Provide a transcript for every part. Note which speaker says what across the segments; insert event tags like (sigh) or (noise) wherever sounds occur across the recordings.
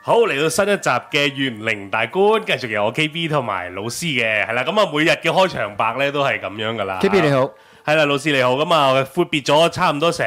Speaker 1: 好嚟到新一集嘅元靈大觀，繼續由我 KB 同埋老師嘅，係啦，咁啊每日嘅開場白咧都係咁樣噶啦。
Speaker 2: K B 你好，
Speaker 1: 係啦，老師你好，咁啊闊別咗差唔多成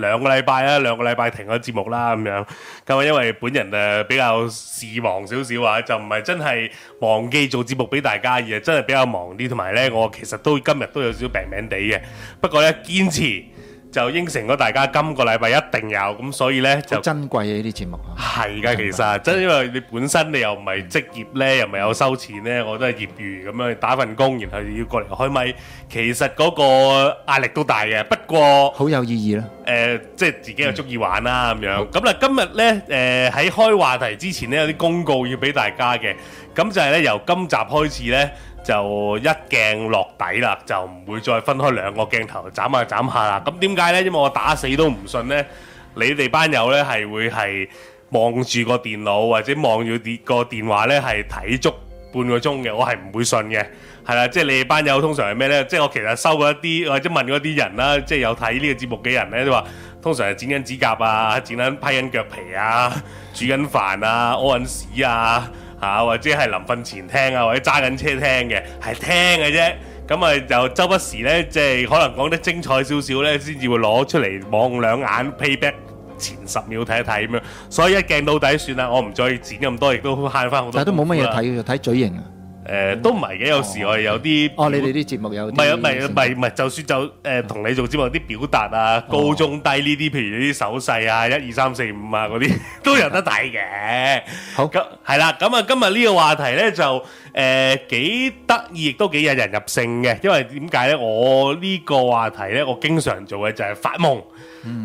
Speaker 1: 兩個禮拜啦，兩個禮拜停咗節目啦咁樣。咁啊，因為本人誒比較事忙少少啊，就唔係真係忘記做節目俾大家，而係真係比較忙啲，同埋咧我其實都今日都有少少病病地嘅，不過咧堅持就應承咗大家今個禮拜一定有，咁所以咧就
Speaker 2: 好珍貴嘅呢啲節目啊，
Speaker 1: 係噶，其實真因為你本身你又唔係職業咧，又唔係有收錢咧，我都係業餘咁樣打份工，然後要過嚟開咪，其實嗰個壓力都大嘅。不過
Speaker 2: 好有意義啦。
Speaker 1: 誒、呃即係自己又中意玩啦咁樣。咁啦，今日咧誒喺開話題之前咧，有啲公告要俾大家嘅。咁就係咧，由今集開始咧，就一鏡落底啦，就唔會再分開兩個鏡頭斬下斬下啦。咁點解咧？因為我打死都唔信咧，你哋班友咧係會係望住個電腦或者望住電個電話咧係睇足半個鐘嘅，我係唔會信嘅。係啦，即係你哋班友通常係咩咧？即係我其實收過一啲或者問嗰啲人啦，即係有睇呢個節目嘅人咧，都話通常係剪緊指甲啊、剪緊批緊腳皮啊、 (laughs) 煮緊飯啊、屙緊屎啊。嚇、或者係臨瞓前聽啊，或者揸緊車聽嘅，係聽嘅啫。咁啊，就周不時呢，即係可能講得精彩少少呢，先至會攞出嚟望兩眼 payback 前十秒睇一睇咁樣。所以一鏡到底算啦，我唔再剪咁多，亦都慳翻好多。
Speaker 2: 但係都冇乜嘢。睇，睇嘴型啊。
Speaker 1: 誒、呃都唔係嘅，有時我哋有啲
Speaker 2: 哦，你哋啲節目有
Speaker 1: 唔
Speaker 2: 啲
Speaker 1: 係啊，唔係啊唔係唔係，就算就誒同你做節目有啲表達啊、高中低呢啲，譬如啲手勢啊、一二三四五啊嗰啲 (laughs) 都有得睇嘅。
Speaker 2: 好
Speaker 1: 咁係啦，咁啊今日呢個話題咧就誒幾得意，亦都幾引人入勝嘅，因為點解咧？我呢個話題咧，我經常做嘅就係發夢。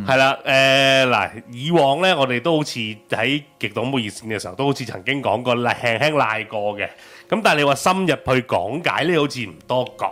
Speaker 1: 係啦，誒、嗱，以往咧，我哋都好似喺極度冇熱線嘅時候，都好似曾經講過，輕輕賴過嘅。咁但係你話深入去講解呢，好似唔多講。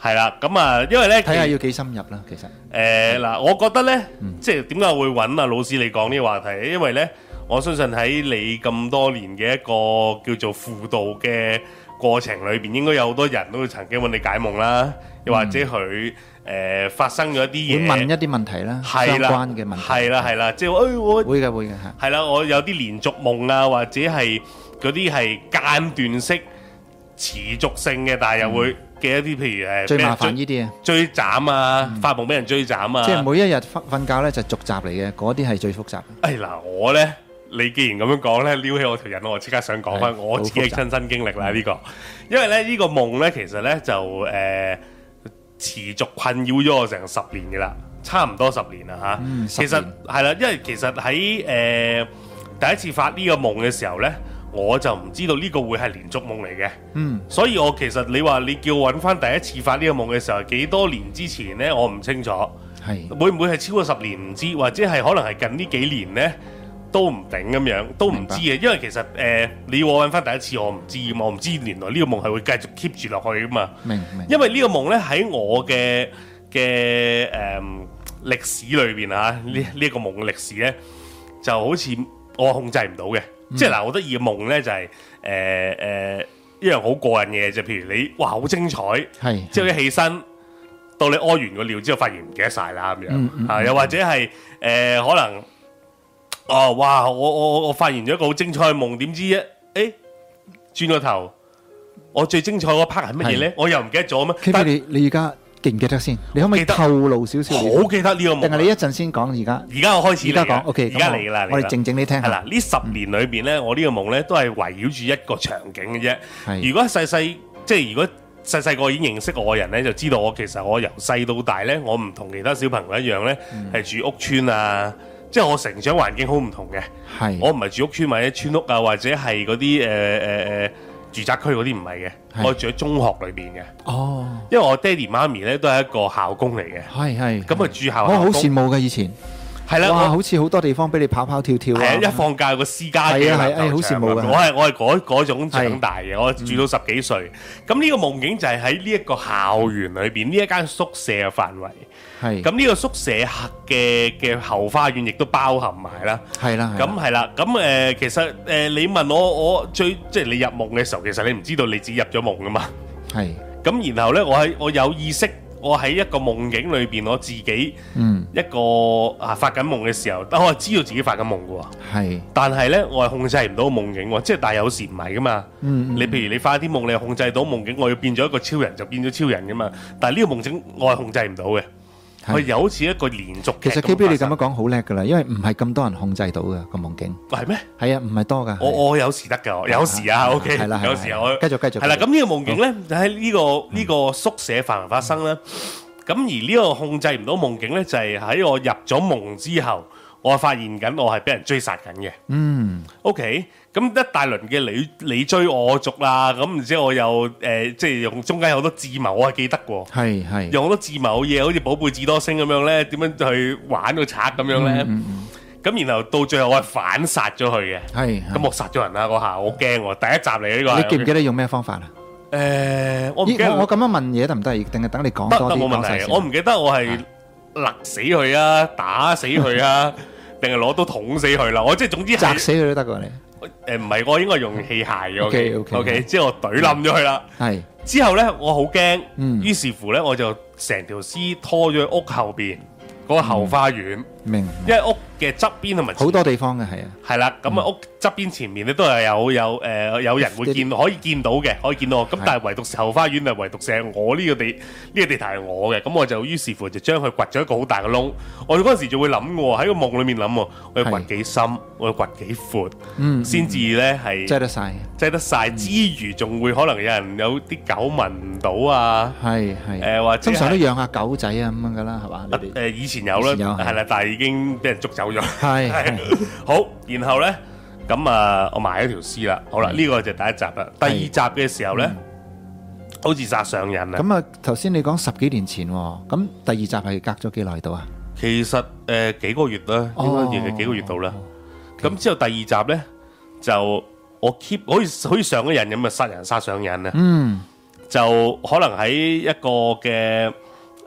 Speaker 1: 係啦，咁啊，因為咧，
Speaker 2: 睇下要幾深入啦，其實
Speaker 1: 誒嗱、我覺得咧，即係點解會揾啊老師你講呢個話題？因為咧，我相信喺你咁多年嘅一個叫做輔導嘅過程裏邊，應該有好多人都會曾經揾你解夢啦，又或者佢誒、發生咗一
Speaker 2: 會
Speaker 1: 啲嘢，
Speaker 2: 問一啲問題啦，相
Speaker 1: 係啦
Speaker 2: 關嘅問題
Speaker 1: 係啦係啦，即係誒我
Speaker 2: 會嘅會嘅嚇。
Speaker 1: 係啦，我有啲連續夢啊，或者係嗰啲係間斷式持續性嘅，但係又會嘅一啲譬如誒
Speaker 2: 最
Speaker 1: 俾人
Speaker 2: 麻煩
Speaker 1: 追
Speaker 2: 呢啲啊，
Speaker 1: 追斬啊，發夢俾人追斬啊，
Speaker 2: 嗯即係每一日瞓瞓覺咧就續集嚟嘅，嗰啲係最啊複雜嘅。
Speaker 1: 哎嗱，我呢，你既然咁樣講呢，撩起我條人，我即刻想講翻
Speaker 2: 係
Speaker 1: 我自己嘅親身經歷
Speaker 2: 嗯
Speaker 1: 啦。呢、個，因為咧呢、呢個夢呢，其實呢就誒、呃持續困擾咗我成十年嘅啦，差唔多十年啦吓，
Speaker 2: 嗯十
Speaker 1: 其
Speaker 2: 年
Speaker 1: 實係啦，因為其實喺誒、呃第一次發呢個夢嘅時候呢，我就唔知道呢個會係連續夢嚟嘅。
Speaker 2: 嗯，
Speaker 1: 所以我其實你話你叫我揾翻第一次發呢個夢嘅時候，幾多年之前呢？我唔清楚。
Speaker 2: 係
Speaker 1: 會唔會係超過十年唔知，或者係可能係近呢幾年呢都唔定咁樣，都唔知啊嘅。因為其實誒、呃你要我揾翻第一次我唔知㗎嘛，我唔知原來呢個夢係會繼續 keep 住落去噶嘛。
Speaker 2: 明明。
Speaker 1: 因為呢個夢呢，喺我嘅嘅誒歷史裏邊啊，呢呢一個夢嘅歷史呢，就好似我控制唔到嘅。即係嗱，我覺得嘅夢呢，就係誒誒一樣好過癮嘅嘢，就譬如你哇好精彩。
Speaker 2: 係
Speaker 1: 之後一起身，到你屙完個尿之後，發現唔記得晒啦咁樣，
Speaker 2: 嗯
Speaker 1: 啊又或者係誒、呃可能，哦哇，我我我我發現咗一個好精彩嘅夢，點知一誒轉個頭，我最精彩嗰 part 係乜嘢咧？我又唔記得咗咩？
Speaker 2: K B
Speaker 1: 但
Speaker 2: 你你而家記唔記得先？你可唔可
Speaker 1: 記
Speaker 2: 以
Speaker 1: 得
Speaker 2: 透露少少？
Speaker 1: 好記得呢個
Speaker 2: 定係你
Speaker 1: 夢
Speaker 2: 一
Speaker 1: 啊。
Speaker 2: 陣先講而家？
Speaker 1: 而家我開始
Speaker 2: 而家
Speaker 1: 嚟啦
Speaker 2: 講 OK，
Speaker 1: 而家
Speaker 2: 咁我
Speaker 1: 嚟㗎啦，嚟㗎啦
Speaker 2: 我哋靜靜你 (laughs) 聽
Speaker 1: 係
Speaker 2: 下。
Speaker 1: 啦，呢十
Speaker 2: 嗯
Speaker 1: 年裏邊咧，我呢個夢咧都係圍繞住一個場景嘅啫。
Speaker 2: 係
Speaker 1: 如果細細即係如果細細個已經認識我嘅人咧，就知道我其實我由細到大咧，我唔同其他小朋友一樣咧，
Speaker 2: 嗯
Speaker 1: 係、住屋村啊，即係我成長環境好唔同嘅。
Speaker 2: 係
Speaker 1: 我唔係住屋村或者村屋啊，或者係嗰啲誒誒誒住宅區嗰啲唔係嘅，
Speaker 2: 係
Speaker 1: 我住喺中學裏邊嘅，
Speaker 2: 哦，
Speaker 1: 因為我爹哋媽咪咧都係一個校工嚟嘅，
Speaker 2: 係係。
Speaker 1: 咁佢住校校
Speaker 2: 我
Speaker 1: 工
Speaker 2: 好羨慕嘅以前。
Speaker 1: 係啦，
Speaker 2: 哇，
Speaker 1: 我
Speaker 2: 好似好多地方俾你跑跑跳跳啊！
Speaker 1: 係啊，一放假有個私家嘅
Speaker 2: 係啊
Speaker 1: 籃球
Speaker 2: 係啊哎好羨
Speaker 1: 場
Speaker 2: 慕
Speaker 1: 咁
Speaker 2: 啊
Speaker 1: 我係我係嗰嗰種長大嘅，我住到十幾歲。咁呢個夢境就係喺呢一個校園裏邊，呢一間宿舍嘅範圍。
Speaker 2: 係
Speaker 1: 咁呢個宿舍嘅嘅後花園亦都包含埋啦。
Speaker 2: 係啦，
Speaker 1: 咁係啦，咁誒、呃其實誒、呃你問我我最即係你入夢嘅時候，其實你唔知道你自己入咗夢噶嘛。
Speaker 2: 係
Speaker 1: 咁然後呢，我係我有意識我喺一個夢境裏邊，我自己
Speaker 2: 嗯，
Speaker 1: 一個啊發緊夢嘅時候，但我係知道自己發緊夢嘅喎。
Speaker 2: 係，
Speaker 1: 但係呢，我係控制唔到夢境喎，即係但係有時唔係噶嘛。
Speaker 2: 嗯，
Speaker 1: 你譬如你發啲夢，你係控制到夢境，我要變咗一個超人就變咗超人噶嘛。但係呢個夢境我係控制唔到嘅，
Speaker 2: 係
Speaker 1: 佢又好似一個連續劇
Speaker 2: 其
Speaker 1: 發生。
Speaker 2: 實 K B 你咁樣講好叻噶啦，因為唔係咁多人控制到嘅個夢境，
Speaker 1: 係咩？
Speaker 2: 係啊，唔係多噶。
Speaker 1: 我我有時得㗎，我有時啊
Speaker 2: 係
Speaker 1: ，OK，
Speaker 2: 係啦係啦
Speaker 1: 有時我
Speaker 2: 繼續繼續嗯
Speaker 1: 係啦。咁呢個夢境咧，就喺呢個呢個宿舍範圍發生啦。咁而呢個控制唔到夢境咧，就係喺我入咗夢之後，我發現緊我係俾人追殺緊嘅。
Speaker 2: 嗯
Speaker 1: OK，咁一大輪嘅你你追我逐啦，咁然之後我又誒、呃即係用中間有好多智謀，我係記得喎。
Speaker 2: 係係，
Speaker 1: 用好多智謀嘢，好似寶貝智多星咁樣咧，點樣去玩個賊咁樣
Speaker 2: 嗯
Speaker 1: 咧？咁、然後到最後我係反殺咗佢嘅。
Speaker 2: 係係
Speaker 1: 咁我殺咗人啦嗰下，我驚喎！第一集嚟嘅呢個係，
Speaker 2: 嗯你記唔記得用咩方法啊？
Speaker 1: 誒，我唔記
Speaker 2: 咦
Speaker 1: 得，
Speaker 2: 我我咁樣問嘢得唔得？定係等你講
Speaker 1: 得
Speaker 2: 多
Speaker 1: 得
Speaker 2: 啲
Speaker 1: 冇
Speaker 2: 講
Speaker 1: 問題
Speaker 2: 晒先。
Speaker 1: 嘅。我唔記得我
Speaker 2: 啊
Speaker 1: 係勒死佢啊，打死佢啊，定係攞刀捅死佢啦。我即係總之
Speaker 2: 砸
Speaker 1: 係
Speaker 2: 死佢都得㗎你。
Speaker 1: 誒呃唔係，我應該用器械嘅。
Speaker 2: OK，OK
Speaker 1: OK，之後我懟冧咗佢啦。
Speaker 2: 係
Speaker 1: 之後呢，我好驚，
Speaker 2: 嗯
Speaker 1: 於是乎呢，我就成條屍拖咗去屋後邊嗰個後花園，
Speaker 2: 明，
Speaker 1: 因為屋嘅側邊同埋
Speaker 2: 嗯好多地方嘅係啊。
Speaker 1: 係啦，咁啊屋側邊前面咧都係有有誒、呃有人會見可以見到嘅，可以見到我。咁
Speaker 2: 係
Speaker 1: 但係唯獨後花園就唯獨成我呢個地呢、個地台係我嘅，咁我就於是乎就將佢掘咗一個好大嘅窿。我嗰陣時就會諗嘅喎，喺個夢裏面諗喎，我要掘
Speaker 2: 係
Speaker 1: 幾深，我要掘幾闊，
Speaker 2: 嗯
Speaker 1: 先至咧係
Speaker 2: 擠得晒，
Speaker 1: 擠得晒之餘，仲會可能有人有啲狗聞唔到啊，
Speaker 2: 係係。
Speaker 1: 誒或者
Speaker 2: 嗯通常都
Speaker 1: 係
Speaker 2: 養下狗仔啊咁樣噶啦，係嘛？你
Speaker 1: 啊
Speaker 2: 哋
Speaker 1: 誒以前有
Speaker 2: 以前有
Speaker 1: 啦，
Speaker 2: 係
Speaker 1: 係啦，但係已經俾人捉走咗。 (laughs)
Speaker 2: 係係
Speaker 1: (laughs) 係好，然後呢，咁啊，我埋咗條屍啦。好啦，
Speaker 2: 係
Speaker 1: 呢個就第一集啦。第二集嘅時候
Speaker 2: 嗯
Speaker 1: 呢，好似殺上癮啦。
Speaker 2: 咁啊，頭先你講十幾年前喎，咁第二集係隔咗幾耐到啊？
Speaker 1: 其實誒幾個月啦，應
Speaker 2: 哦
Speaker 1: 該亦係幾個月到啦。咁之後第二集呢，就我 keep 好似好似上咗癮咁啊，殺人殺上癮啊。
Speaker 2: 嗯，
Speaker 1: 就可能喺一個嘅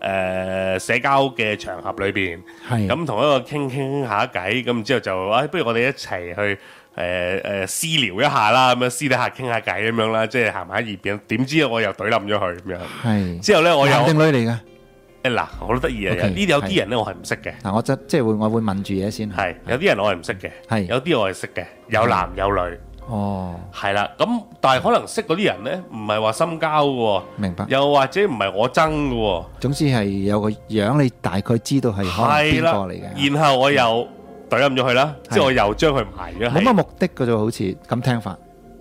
Speaker 1: 誒社交嘅場合裏邊。
Speaker 2: 係
Speaker 1: 咁同一個傾傾下偈，咁之後就啊，不如我哋一齊去誒誒私聊一下啦，咁樣私底下傾下偈咁樣啦，即係行埋一邊。點知我又懟冧咗佢咁樣。
Speaker 2: 係。
Speaker 1: 之後咧，我又
Speaker 2: 男定
Speaker 1: 誒
Speaker 2: 女嚟嘅？
Speaker 1: 嗱，好得意啊！
Speaker 2: OK，
Speaker 1: 呢啲有
Speaker 2: 係
Speaker 1: 啲人咧，我係唔識嘅，
Speaker 2: 嗱，我即即係會我會問住嘢先。
Speaker 1: 係有啲人我係唔識嘅，
Speaker 2: 係嗯
Speaker 1: 有啲我係識嘅，有男有女，
Speaker 2: 哦，
Speaker 1: 係啦。咁但係可能識嗰啲人咧，唔係話深交嘅
Speaker 2: 明白
Speaker 1: 喎，。又或者唔係我憎嘅喎，
Speaker 2: 總之係有個樣，你大概知道係可能邊
Speaker 1: 係啦
Speaker 2: 個嚟嘅，。
Speaker 1: 然後我又懟冧咗佢啦，
Speaker 2: 係
Speaker 1: 之後我又將佢埋咗
Speaker 2: 冇乜
Speaker 1: 喺
Speaker 2: 目的嘅啫，好似咁聽法，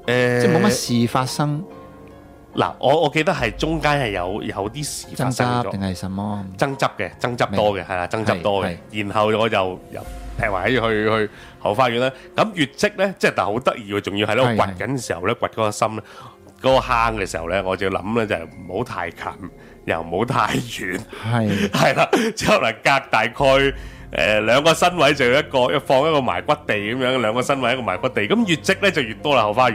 Speaker 1: 誒，
Speaker 2: 即係冇乜事發生，
Speaker 1: 嗱，我我記得係中間係有有啲事發
Speaker 2: 爭
Speaker 1: 生
Speaker 2: 執定
Speaker 1: 咗，
Speaker 2: 係什麼？
Speaker 1: 爭執嘅，爭執多嘅，係啦，爭執多嘅。然後我就又劈埋去去後花園啦。咁月積咧，即係但係好得意喎，仲要喺度
Speaker 2: 係係
Speaker 1: 掘緊嘅時候咧，掘嗰個心咧，嗰個坑嘅時候咧，我就諗咧就係唔好太近，又唔好太遠， (laughs)
Speaker 2: 係
Speaker 1: 係啦，之後能隔大概。誒兩個身位就一個，放一個埋骨地咁樣，兩個身位一個埋骨地，咁越積咧就越多啦後花園，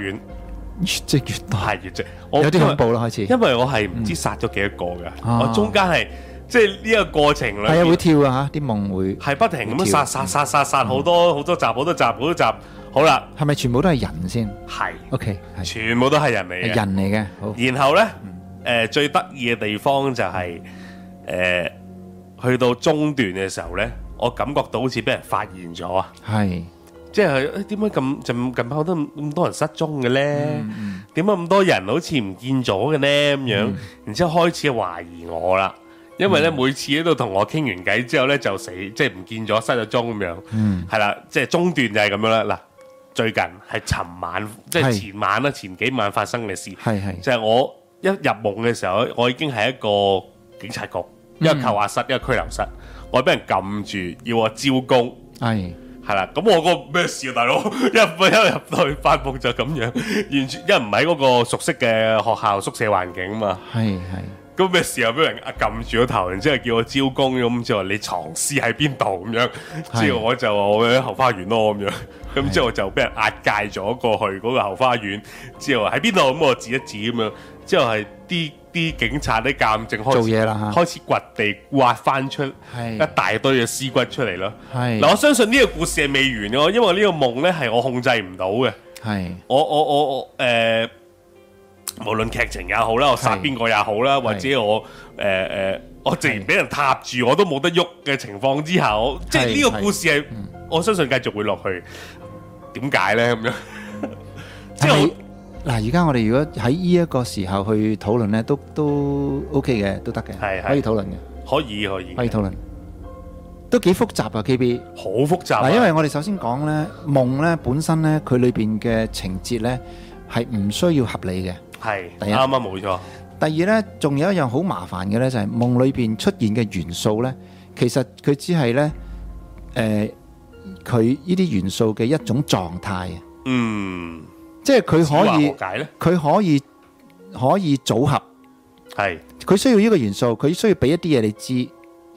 Speaker 2: 越積越多，
Speaker 1: 係越積。我
Speaker 2: 有啲
Speaker 1: 因為
Speaker 2: 恐怖啦開始。
Speaker 1: 因為我係唔知殺咗幾多個噶，
Speaker 2: 啊
Speaker 1: 我中間係即係呢個過程裏
Speaker 2: 係啊，會
Speaker 1: 邊
Speaker 2: 跳啊嚇，啲夢會
Speaker 1: 係不停咁樣殺
Speaker 2: 跳嗯
Speaker 1: 殺殺殺殺好多好多集好多集好多集，好啦，
Speaker 2: 係咪全部都係人先
Speaker 1: 係
Speaker 2: ？OK，係
Speaker 1: 全部都係人嚟
Speaker 2: 係
Speaker 1: 嘅。
Speaker 2: 人嗯嚟嘅，好
Speaker 1: 然後呢，誒最得意嘅地方就係誒去到中段嘅時候呢，我感覺到好似俾人發現咗啊！
Speaker 2: 係
Speaker 1: 即係誒點解咁近近排好多咁咁多人失蹤嘅咧？點解咁多人好似唔見咗嘅咧？咁樣，然之後開始懷疑我啦，因為咧每次喺度同我傾完偈之後咧就死，即係唔見咗失咗蹤咁樣，係啦，即係中段就係咁樣啦。嗱，最近係尋晚，即係
Speaker 2: 係
Speaker 1: 前晚啦，前幾晚發生嘅事，
Speaker 2: 係係
Speaker 1: 就係我一入夢嘅時候，我已經係一個警察局，一個扣押室，一個拘留室，我俾人撳住，要我招供。
Speaker 2: 係
Speaker 1: 係啦，咁我個咩事啊，大佬？ (laughs) 一一入到去發夢就咁樣，完全因為唔喺嗰個熟悉嘅學校宿舍環境嘛。
Speaker 2: 係係
Speaker 1: 咁咩事啊？俾人撳住個頭，然之後叫我招供咁，就話你藏屍喺邊度咁樣。
Speaker 2: 係
Speaker 1: 之後我就話我喺後花園咯咁樣。咁之後我就俾人押解咗過去嗰個後花園。之後話喺邊度咁，我指一指咁樣。之後係啲啲警察啲鑑證開始
Speaker 2: 做嘢啦嚇
Speaker 1: 開始掘地挖翻出
Speaker 2: 係
Speaker 1: 一大堆嘅屍骨出嚟咯。
Speaker 2: 係
Speaker 1: 嗱，我相信呢個故事係未完咯，因為呢個夢咧係我控制唔到嘅。
Speaker 2: 係
Speaker 1: 我我我我誒、無論劇情也好啦，我殺邊個也好
Speaker 2: 嗯
Speaker 1: 啦，或者我誒誒、呃呃我直然俾人踏住，我都冇得喐嘅情況之下，我即係
Speaker 2: 係
Speaker 1: 呢個
Speaker 2: 係
Speaker 1: 故事係嗯我相信繼續會落去。點解呢？咁樣？即
Speaker 2: 但
Speaker 1: 係
Speaker 2: 係
Speaker 1: 我
Speaker 2: 嗱，而家我哋如果喺呢一個時候去討論咧，都都 OK 嘅，都得嘅，
Speaker 1: 係係
Speaker 2: 可以討論嘅，
Speaker 1: 可以可以，
Speaker 2: 可以討論。都幾複雜啊，KB。
Speaker 1: 好複雜啊。
Speaker 2: 嗱，因為我哋首先講咧，夢咧本身咧，佢裏邊嘅情節咧係唔需要合理嘅。
Speaker 1: 係
Speaker 2: 第一
Speaker 1: 啱啱冇錯，
Speaker 2: 第二呢，仲有一樣好麻煩嘅呢，就係夢裏邊出現嘅元素呢，其實佢只係呢，誒佢呢啲元素嘅一種狀態，
Speaker 1: 嗯，
Speaker 2: 啊即係
Speaker 1: 話何
Speaker 2: 佢
Speaker 1: 解呢？
Speaker 2: 可以佢可以可以組合，
Speaker 1: 係
Speaker 2: 佢需要呢個元素，佢需要俾一啲嘢你知，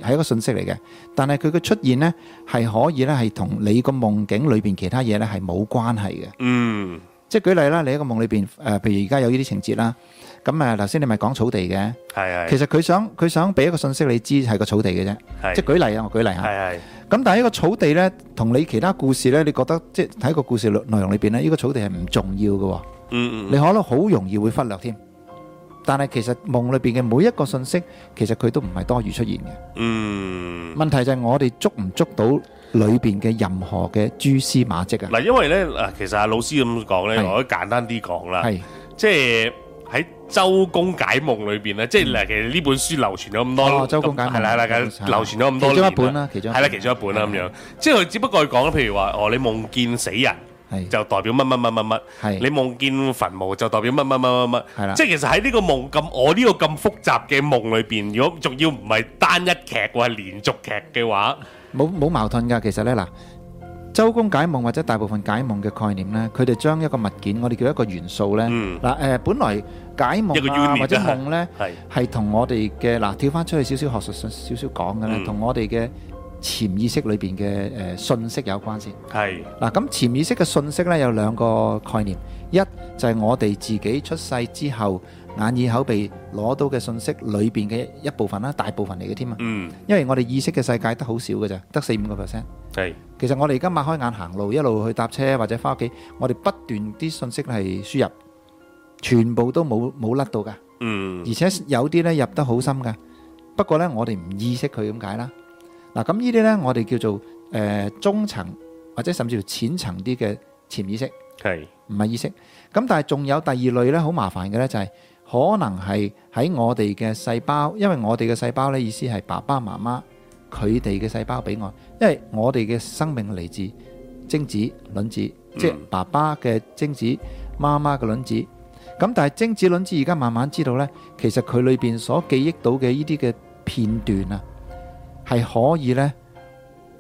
Speaker 2: 係一個信息嚟嘅。但係佢嘅出現呢，係可以呢，係同你個夢境裏邊其他嘢呢，係冇關係嘅。
Speaker 1: 嗯
Speaker 2: 即係舉例啦，你喺個夢裏邊誒，譬如而家有呢啲情節啦，咁誒頭先你咪講草地嘅。
Speaker 1: 係係
Speaker 2: 其實佢想佢想俾一個信息你知係個草地嘅啫，
Speaker 1: 係
Speaker 2: 即係舉例啊，我舉例嚇。
Speaker 1: 係嗯係
Speaker 2: 咁但係呢個草地呢，同你其他故事呢，你覺得即係喺個故事內內容裏邊呢，呢個草地係唔重要嘅喎，
Speaker 1: 嗯
Speaker 2: 你可能好容易會忽略添。但係其實夢裏邊嘅每一個信息，其實佢都唔係多餘出現嘅。
Speaker 1: 嗯嗯。
Speaker 2: 問題就係我哋捉唔捉到裏邊嘅任何嘅蛛絲馬跡啊？
Speaker 1: 嗱，因為咧，嗱，其實阿老師咁講咧，
Speaker 2: 係
Speaker 1: 我可以簡單啲講啦，
Speaker 2: 係
Speaker 1: 即係喺《周公解夢》裏邊咧，即係嗱，其實呢本書流傳咗咁多，
Speaker 2: 哦周公解夢
Speaker 1: 係啦係啦，
Speaker 2: 係啦
Speaker 1: 流傳咗咁多
Speaker 2: 其中一
Speaker 1: 年
Speaker 2: 本啦其中一
Speaker 1: 係啦，
Speaker 2: 本
Speaker 1: 其中一本啦咁樣，即係佢只不過係講，譬如話，哦，你夢見死人
Speaker 2: 係
Speaker 1: 就代表乜乜乜乜乜。
Speaker 2: 係
Speaker 1: 你夢見墳墓就代表乜乜乜乜
Speaker 2: 係
Speaker 1: 乜，
Speaker 2: 啦
Speaker 1: 即係其實喺呢個夢咁我呢個咁複雜嘅夢裏邊，如果仲要唔係單一劇喎，係連續劇嘅話，
Speaker 2: 冇冇矛盾㗎，其實呢，嗱，周公解夢或者大部分解夢嘅概念呢，佢哋將一個物件，我哋叫一個元素呢。
Speaker 1: 嗯，
Speaker 2: 嗱誒、本來解
Speaker 1: 一個
Speaker 2: 夢
Speaker 1: unit
Speaker 2: 啊
Speaker 1: 啊
Speaker 2: 或者夢呢，
Speaker 1: 係
Speaker 2: 係同我哋嘅嗱跳翻出去少少學術少少講嘅咧
Speaker 1: 嗯，
Speaker 2: 同、我哋嘅潛意識裏邊嘅誒信息有關先。
Speaker 1: 係
Speaker 2: 嗱，咁潛意識嘅信息呢，有兩個概念，一就係我哋自己出世之後眼耳口鼻攞到嘅信息裏邊嘅一部分啦，大部分嚟嘅添啊，
Speaker 1: 嗯
Speaker 2: 因為我哋意識嘅世界得好少嘅咋，得四五個 percent。
Speaker 1: 係
Speaker 2: 其實我哋而家擘開眼行路，一路去搭車或者翻屋企，我哋不斷啲信息係輸入，全部都冇冇甩到噶，
Speaker 1: 嗯
Speaker 2: 而且有啲咧入得好深噶。不過咧，我哋唔意識佢咁解啦。嗱，咁呢啲咧，我哋叫做誒、呃中層或者甚至乎淺層啲嘅潛意識，
Speaker 1: 係
Speaker 2: 唔係意識。咁但係仲有第二類咧，好麻煩嘅咧，就係、可能係喺我哋嘅細胞，因為我哋嘅細胞咧意思係爸爸媽媽佢哋嘅細胞俾我，因為我哋嘅生命嚟自精子、卵子，即係
Speaker 1: 嗯
Speaker 2: 爸爸嘅精子、媽媽嘅卵子。咁但係精子、卵子而家慢慢知道呢，其實佢裏邊所記憶到嘅呢啲嘅片段啊，係可以呢，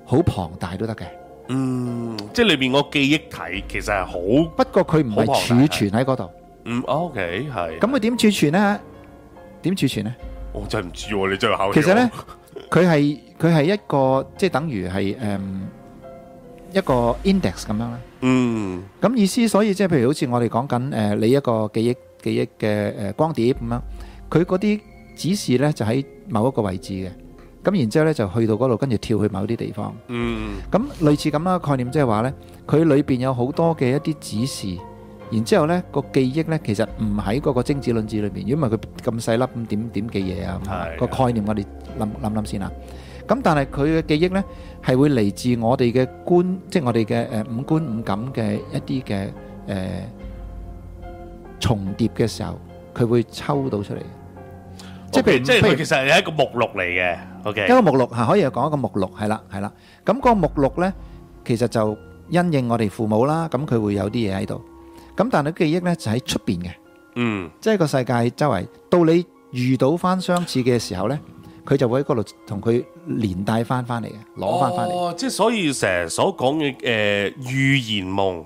Speaker 2: 好龐大都得嘅。
Speaker 1: 嗯，即係裏邊個記憶體其實係好
Speaker 2: 不過佢唔係
Speaker 1: 好龐大
Speaker 2: 儲存喺嗰度，
Speaker 1: 嗯，OK 係。
Speaker 2: 咁佢點儲存呢？點儲存呢？
Speaker 1: 我真係唔知喎，你最後考
Speaker 2: 其實
Speaker 1: 呢
Speaker 2: 呢，佢係佢係一個即係等於係誒一個 index 咁樣啦。
Speaker 1: 嗯
Speaker 2: 咁意思所以即係譬如好似我哋講緊誒你一個記憶記憶嘅誒光碟咁樣，佢嗰啲指示呢就喺某一個位置嘅。咁然之後呢，就去到嗰度，跟住跳去某啲地方。
Speaker 1: 嗯
Speaker 2: 咁類似咁啦概念，即係話呢，佢裏邊有好多嘅一啲指示，然之後呢個記憶呢，其實唔喺嗰個精子卵子裏邊，如果唔係佢咁細粒咁點點記嘢啊，咁啊
Speaker 1: 係
Speaker 2: 個概念我哋諗諗諗先啊。咁但係佢嘅記憶呢，係會嚟自我哋嘅官，即係我哋嘅誒五官五感嘅一啲嘅誒重疊嘅時候，佢會抽到出嚟。即係譬
Speaker 1: OK，
Speaker 2: 如
Speaker 1: 即係
Speaker 2: 譬
Speaker 1: 佢
Speaker 2: 如
Speaker 1: 其實係一個目錄嚟嘅。OK，
Speaker 2: 一個目錄嚇，可以講一個目錄係啦，係啦。咁、個目錄呢，其實就因應我哋父母啦，咁佢會有啲嘢喺度。咁但係啲記憶呢，就喺出邊嘅，
Speaker 1: 嗯
Speaker 2: 即係個世界周圍。到你遇到翻相似嘅時候呢，佢就會喺嗰度同佢連帶翻翻嚟嘅，攞翻翻嚟。誒、
Speaker 1: 哦，即係所以成日所講嘅誒預言夢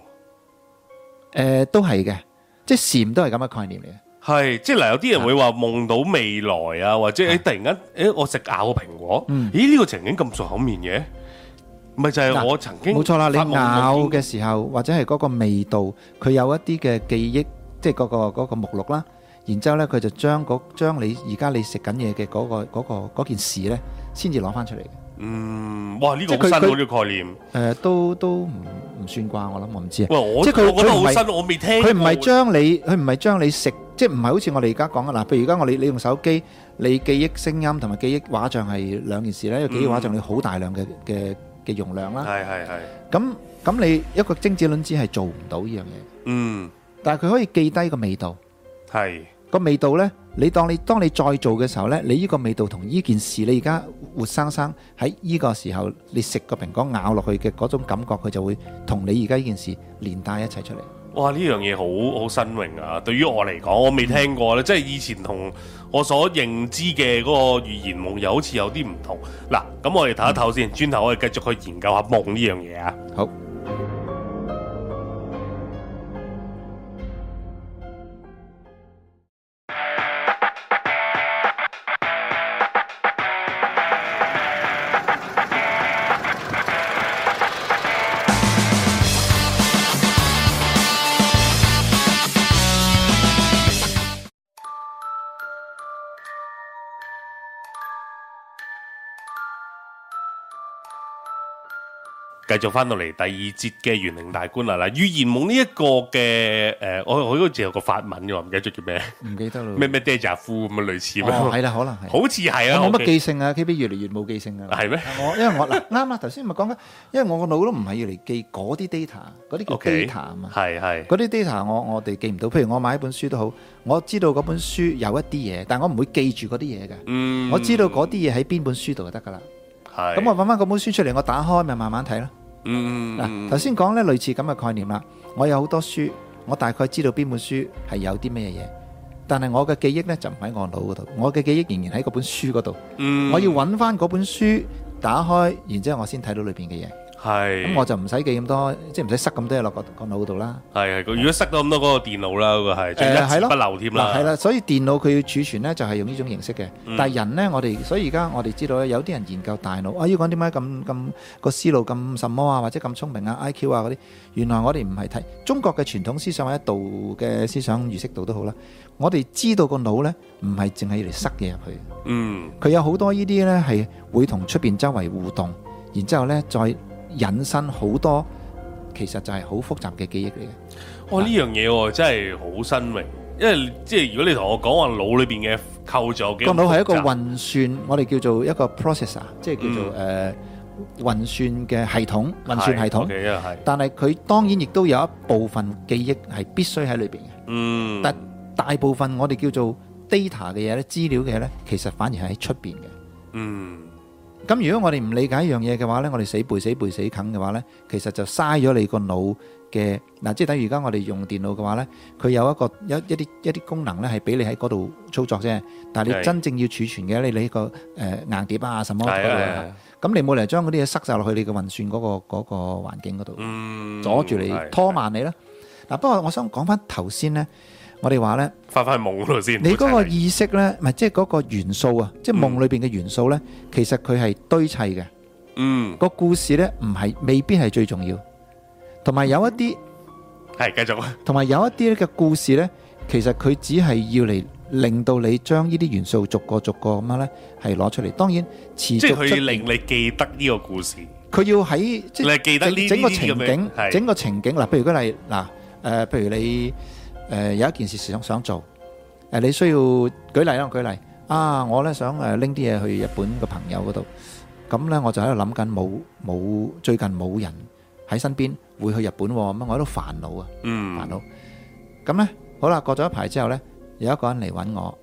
Speaker 2: 都係嘅，即係禪都係咁嘅概念嚟嘅。
Speaker 1: 係，即係嗱，有啲人會話夢到未來啊，或者誒突然間誒我食咬個蘋果，
Speaker 2: 嗯
Speaker 1: 咦呢個情景咁熟口面嘅，咪就係
Speaker 2: 嗱
Speaker 1: 我曾經
Speaker 2: 冇錯啦，你
Speaker 1: 發夢夢見
Speaker 2: 咬嘅時候或者係嗰個味道，佢有一啲嘅記憶，即係嗰個嗰個目錄啦。然之後咧，佢就將嗰將你而家你食緊嘢嘅嗰個嗰個嗰件事咧，先至攞翻出嚟嘅。
Speaker 1: 嗯，哇呢個好
Speaker 2: 即係佢
Speaker 1: 新喎
Speaker 2: 佢
Speaker 1: 呢個概念，
Speaker 2: 誒，都都唔唔算啩，我諗我唔知啊。
Speaker 1: 喂我
Speaker 2: 即係佢
Speaker 1: 我覺得
Speaker 2: 佢唔
Speaker 1: 好
Speaker 2: 係
Speaker 1: 新，我未聽過。
Speaker 2: 佢唔係將你，佢唔係將你食即係唔係好似我哋而家講嘅嗱，譬如而家我你你用手機，你記憶聲音同埋記憶畫像係兩件事咧，因為記憶畫像你好大量嘅嘅嘅容量啦。
Speaker 1: 係係係，
Speaker 2: 咁咁你一個精子卵子係做唔到呢樣嘢，
Speaker 1: 嗯
Speaker 2: 但係佢可以記低個味道，
Speaker 1: 係
Speaker 2: 個味道呢，你當你當你再做嘅時候呢，你呢個味道同呢件事，你而家活生生喺呢個時候，你食個蘋果咬落去嘅嗰種感覺，佢就會同你而家呢件事連帶一齊出嚟。
Speaker 1: 哇！呢樣嘢好好新穎啊！對於我嚟講，我
Speaker 2: 嗯
Speaker 1: 未聽過咧，即係以前同我所認知嘅嗰個預言夢又好似有啲唔同。嗱，咁我哋唞一唞
Speaker 2: 嗯
Speaker 1: 先，轉頭我哋繼續去研究下夢呢樣嘢啊！
Speaker 2: 好。
Speaker 1: 繼續翻到嚟第二節嘅玄靈大觀啦！啊嗱，預言夢呢一個嘅誒、呃我我好似有個法文嘅喎，唔記得咗叫咩
Speaker 2: 唔記得啦。
Speaker 1: 咩咩 deja vu 咁嘅類似咩？
Speaker 2: 嗯哦，係啦，可能係。
Speaker 1: 好似係啊，
Speaker 2: 我冇
Speaker 1: OK
Speaker 2: 乜記性啊，K B 越嚟越冇記性啊。
Speaker 1: (laughs) 係咩？
Speaker 2: 我因為我嗱啱啦，啊頭先咪講緊，因為我個腦都唔係要嚟記嗰啲 data，嗰啲叫
Speaker 1: OK，
Speaker 2: data 啊嘛。
Speaker 1: 係係
Speaker 2: 嗰啲 data 我我哋記唔到，譬如我買一本書都好，我知道嗰本書有一啲嘢，但我唔會記住嗰啲嘢嘅。
Speaker 1: 嗯
Speaker 2: 我知道嗰啲嘢喺邊本書度就得㗎啦。
Speaker 1: 係
Speaker 2: 咁我揾翻嗰本書出嚟，我打開咪慢慢睇咯。
Speaker 1: 嗯
Speaker 2: 嗱，頭先講咧類似咁嘅概念啦。我有好多書，我大概知道邊本書係有啲咩嘢，但係我嘅記憶咧就唔喺我腦嗰度，我嘅記憶仍然喺嗰本書嗰度。
Speaker 1: 嗯
Speaker 2: 我要揾翻嗰本書，打開，然之後我先睇到裏邊嘅嘢。
Speaker 1: 係
Speaker 2: 咁我就唔使記咁多，即係唔使塞咁多嘢落個個腦度啦。
Speaker 1: 係係，如果塞到咁多嗰個電腦啦，嗰個係仲一
Speaker 2: 係
Speaker 1: 字
Speaker 2: 咯
Speaker 1: 不漏添啦，嗯
Speaker 2: 嗱，係啦，所以電腦佢要儲存咧，就係用呢種形式嘅。但係人咧，我哋所以而家我哋知道咧，有啲人研究大腦，啊，要講點解咁咁個思路咁什麼啊，或者咁聰明啊，IQ 啊嗰啲，原來我哋唔係睇中國嘅傳統思想或者道嘅思想意識度都好啦，我哋知道個腦咧唔係淨係嚟塞嘢入去。
Speaker 1: 嗯
Speaker 2: 佢有好多呢啲呢係會同出邊周圍互動，然之後呢再引申好多，其實就係好複雜嘅記憶嚟嘅。
Speaker 1: 哇呢樣嘢喎真係好新穎，因為即係如果你同我講話腦裏邊嘅構造有幾
Speaker 2: 個腦係一個
Speaker 1: 複雜
Speaker 2: 運算，我哋叫做一個 processor，即係叫做誒、呃運算嘅系統，運算系
Speaker 1: 嗯係
Speaker 2: 統。
Speaker 1: ，OK，因為係
Speaker 2: 但係佢當然亦都有一部分記憶係必須喺裏邊嘅，
Speaker 1: 嗯
Speaker 2: 但大部分我哋叫做 data 嘅嘢咧、資料嘅嘢咧，其實反而係喺出邊嘅。
Speaker 1: 嗯
Speaker 2: 咁如果我哋唔理解一樣嘢嘅話呢，我哋死背死背死啃嘅話呢，其實就嘥咗你個腦嘅嗱，即係等於而家我哋用電腦嘅話呢，佢有一個有一啲一啲功能呢係俾你喺嗰度操作啫，但係
Speaker 1: 係
Speaker 2: 你真正要儲存嘅你你個誒硬碟啊什麼嗰
Speaker 1: 係
Speaker 2: 度
Speaker 1: 係係
Speaker 2: 啊，咁你冇理由將嗰啲嘢塞晒落去你嘅運算嗰個嗰個環境嗰度。
Speaker 1: 嗯
Speaker 2: 阻住你，拖慢你啦。嗱，不過我想講翻頭先呢，我哋話呢，
Speaker 1: 翻翻夢嗰度先，
Speaker 2: 你嗰個
Speaker 1: 好齊
Speaker 2: 意識呢，唔係即係嗰個元素啊，即係夢裏邊嘅元素呢，其實佢係堆砌嘅。
Speaker 1: 嗯
Speaker 2: 個故事呢，唔係未必係最重要，同埋有一啲，
Speaker 1: 係繼續
Speaker 2: 同埋有一啲嘅故事呢，其實佢只係要嚟令到你將呢啲元素逐個逐個咁樣呢，係攞出嚟。當然持
Speaker 1: (laughs) 即係
Speaker 2: 續出
Speaker 1: 佢令你記得呢個故事，
Speaker 2: 佢要喺即
Speaker 1: 你係記得呢
Speaker 2: 整整個
Speaker 1: 呢啲
Speaker 2: 情
Speaker 1: 咁
Speaker 2: 景
Speaker 1: 樣，係
Speaker 2: 整個情景嗱，譬如舉例嗱，誒、譬如你誒、有一件事想想做，誒、你需要舉例啦，舉例啊，我咧想誒拎啲嘢去日本個朋友嗰度，咁咧我就喺度諗緊冇冇最近冇人喺身邊會去日本喎，咁我喺度煩惱啊。煩
Speaker 1: 嗯
Speaker 2: 惱。咁呢，好啦，過咗一排之後呢，有一個人嚟揾我，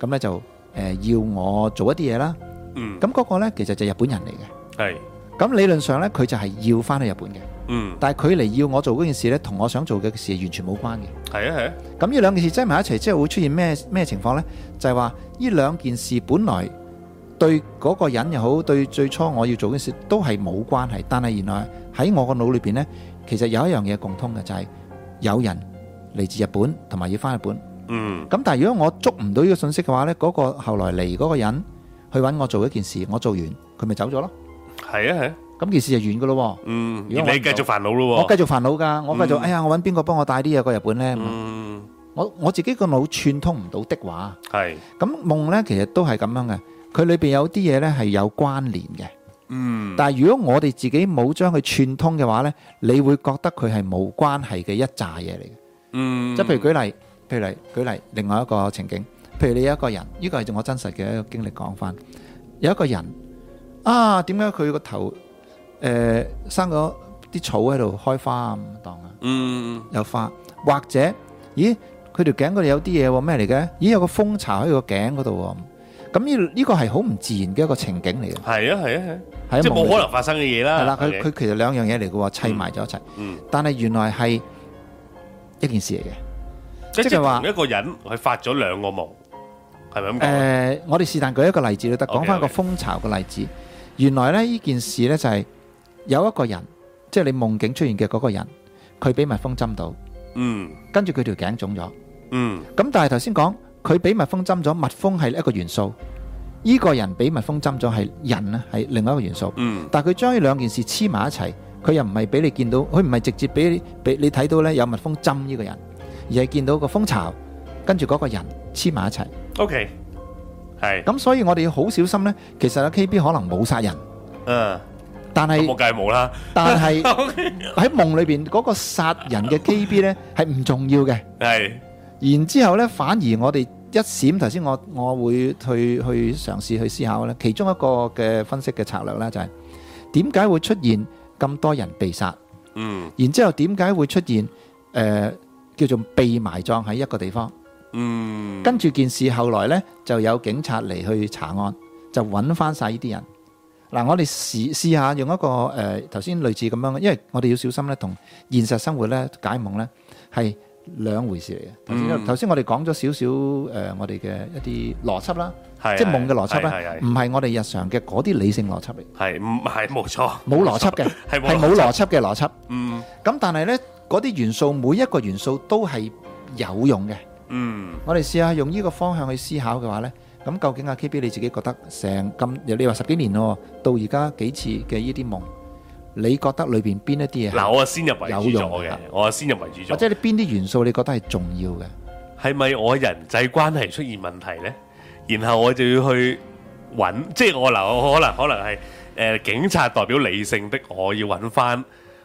Speaker 2: 咁呢就誒、呃要我做一啲嘢啦。
Speaker 1: 嗯
Speaker 2: 咁嗰個呢，其實就係日本人嚟嘅。
Speaker 1: 係
Speaker 2: 咁理論上呢，佢就係要翻去日本嘅，
Speaker 1: 嗯
Speaker 2: 但係佢嚟要我做嗰件事呢，同我想做嘅事係完全冇關嘅。
Speaker 1: 係啊係啊
Speaker 2: 咁呢兩件事擠埋一齊之後，會出現咩咩情況呢？就係話呢兩件事本來對嗰個人又好，對最初我要做嘅事都係冇關係，但係原來喺我個腦裏邊呢，其實有一樣嘢共通嘅，就係、有人嚟自日本同埋要翻日本。
Speaker 1: 嗯
Speaker 2: 咁但係如果我捉唔到呢個信息嘅話呢，嗰、個後來嚟嗰個人去揾我做一件事，我做完佢咪走咗咯，
Speaker 1: 係啊係啊
Speaker 2: 咁件事就完噶咯喎。
Speaker 1: 嗯，
Speaker 2: 如
Speaker 1: 而
Speaker 2: 果
Speaker 1: 你繼續煩惱咯
Speaker 2: 我
Speaker 1: 喎，
Speaker 2: 繼續煩惱㗎，我繼續，哎呀，我揾邊個幫我帶啲嘢過日本
Speaker 1: Ừ,
Speaker 2: 呢？
Speaker 1: 嗯
Speaker 2: 我我自己個腦串通唔到的話。
Speaker 1: 係
Speaker 2: 咁夢呢，其實都係咁樣嘅，佢裏邊有啲嘢呢係有關聯嘅。
Speaker 1: 嗯。
Speaker 2: 但係如果我哋自己冇將佢串通嘅話呢，你會覺得佢係冇關係嘅一紮嘢嚟嘅。
Speaker 1: 嗯，
Speaker 2: 即係譬如舉例，譬如嚟舉例，另外一個情景，譬如你有一個人，呢個係我真實嘅一個經歷講翻，有一個人啊，點解佢個頭誒、呃生咗啲草喺度開花啊咁當啊？
Speaker 1: 嗯，
Speaker 2: 有花，或者咦佢條頸嗰度有啲嘢喎，咩嚟嘅？咦有個蜂巢喺佢個頸嗰度喎，咁呢呢個係好唔自然嘅一個情景嚟嘅，
Speaker 1: 系啊，系啊，係啊
Speaker 2: 喺
Speaker 1: 即系
Speaker 2: 夢
Speaker 1: 冇
Speaker 2: 裏
Speaker 1: 可能發生嘅嘢啦。
Speaker 2: 係啦，佢
Speaker 1: OK
Speaker 2: 佢其實兩樣嘢嚟嘅喎，砌埋咗一齊，
Speaker 1: 嗯，
Speaker 2: 但係原來係一件事嚟嘅。
Speaker 1: 即
Speaker 2: 即係
Speaker 1: 係
Speaker 2: 話
Speaker 1: 同一個人佢發咗兩個夢，係咪咁
Speaker 2: 誒、
Speaker 1: 講？
Speaker 2: 我哋是但舉一個例子都得，
Speaker 1: 嗯 OK，
Speaker 2: 講翻個
Speaker 1: OK
Speaker 2: 蜂巢嘅例子。原來咧，呢件事呢，就係有一個人，即係你夢境出現嘅嗰個人，佢俾蜜蜂針到，
Speaker 1: 嗯
Speaker 2: 跟住佢條頸腫咗。
Speaker 1: 嗯
Speaker 2: 咁但係頭先講，佢俾蜜蜂針咗，蜜蜂係一個元素，呢、個人俾蜜蜂針咗係人咧，係另外一個元素。
Speaker 1: 嗯
Speaker 2: 但係佢將呢兩件事黐埋一齊，佢又唔係俾你見到，佢唔係直接俾你俾你睇到呢有蜜蜂針呢個人，而係見到個蜂巢，跟住嗰個人黐埋一齊。
Speaker 1: ，OK，係，
Speaker 2: 咁所以我哋要好小心呢。其實阿 KB 可能冇殺人，
Speaker 1: 嗯，
Speaker 2: 但
Speaker 1: 咁
Speaker 2: 係
Speaker 1: 我梗係冇啦。(laughs)
Speaker 2: 但係喺夢裏邊嗰個殺人嘅 KB 呢係唔重要嘅。
Speaker 1: 係，
Speaker 2: 然之後呢，反而我哋一閃頭先，我我會去去嘗試去思考呢其中一個嘅分析嘅策略呢，就係點解會出現咁多人被殺？
Speaker 1: 嗯
Speaker 2: 然之後點解會出現誒、呃叫做被埋葬喺一個地方？
Speaker 1: ừ. 嗯，
Speaker 2: 跟住件事後來呢，就有警察嚟去查案，就揾翻晒呢啲人。嗱，我哋試試下用一個誒頭先類似咁樣，因為我哋要小心呢，同現實生活呢解夢呢係兩回事嚟嘅。頭先
Speaker 1: 嗯
Speaker 2: 頭先我哋講咗少少誒，呃我哋嘅一啲邏輯啦，
Speaker 1: 係
Speaker 2: 即係夢嘅邏輯
Speaker 1: 係係
Speaker 2: 啦，
Speaker 1: 係
Speaker 2: 唔係我哋日常嘅嗰啲理性邏輯嚟，
Speaker 1: 係唔係冇錯，
Speaker 2: 冇邏輯嘅，
Speaker 1: 係
Speaker 2: 係
Speaker 1: 冇
Speaker 2: 冇
Speaker 1: 邏輯。
Speaker 2: 邏輯嘅邏輯。
Speaker 1: 嗯
Speaker 2: 咁但係呢，嗰啲元素每一個元素都係有用嘅。
Speaker 1: 嗯，
Speaker 2: 我哋試下用呢個方向去思考嘅話呢，咁究竟阿 KB 你自己覺得成咁，你話十幾年咯，到而家幾次嘅呢啲夢，你覺得裏邊邊一啲嘢
Speaker 1: 嗱，
Speaker 2: 係，
Speaker 1: 我係先入為
Speaker 2: 有
Speaker 1: 主
Speaker 2: 用
Speaker 1: 咗
Speaker 2: 係
Speaker 1: 嘅
Speaker 2: 啦，
Speaker 1: 我係先入為主咗。
Speaker 2: 或者你邊啲元素你覺得係重要嘅？
Speaker 1: 係咪我人際關係出現問題呢？然後我就要去揾，即係我嗱，我可能可能係誒、呃警察代表理性的，我要揾翻，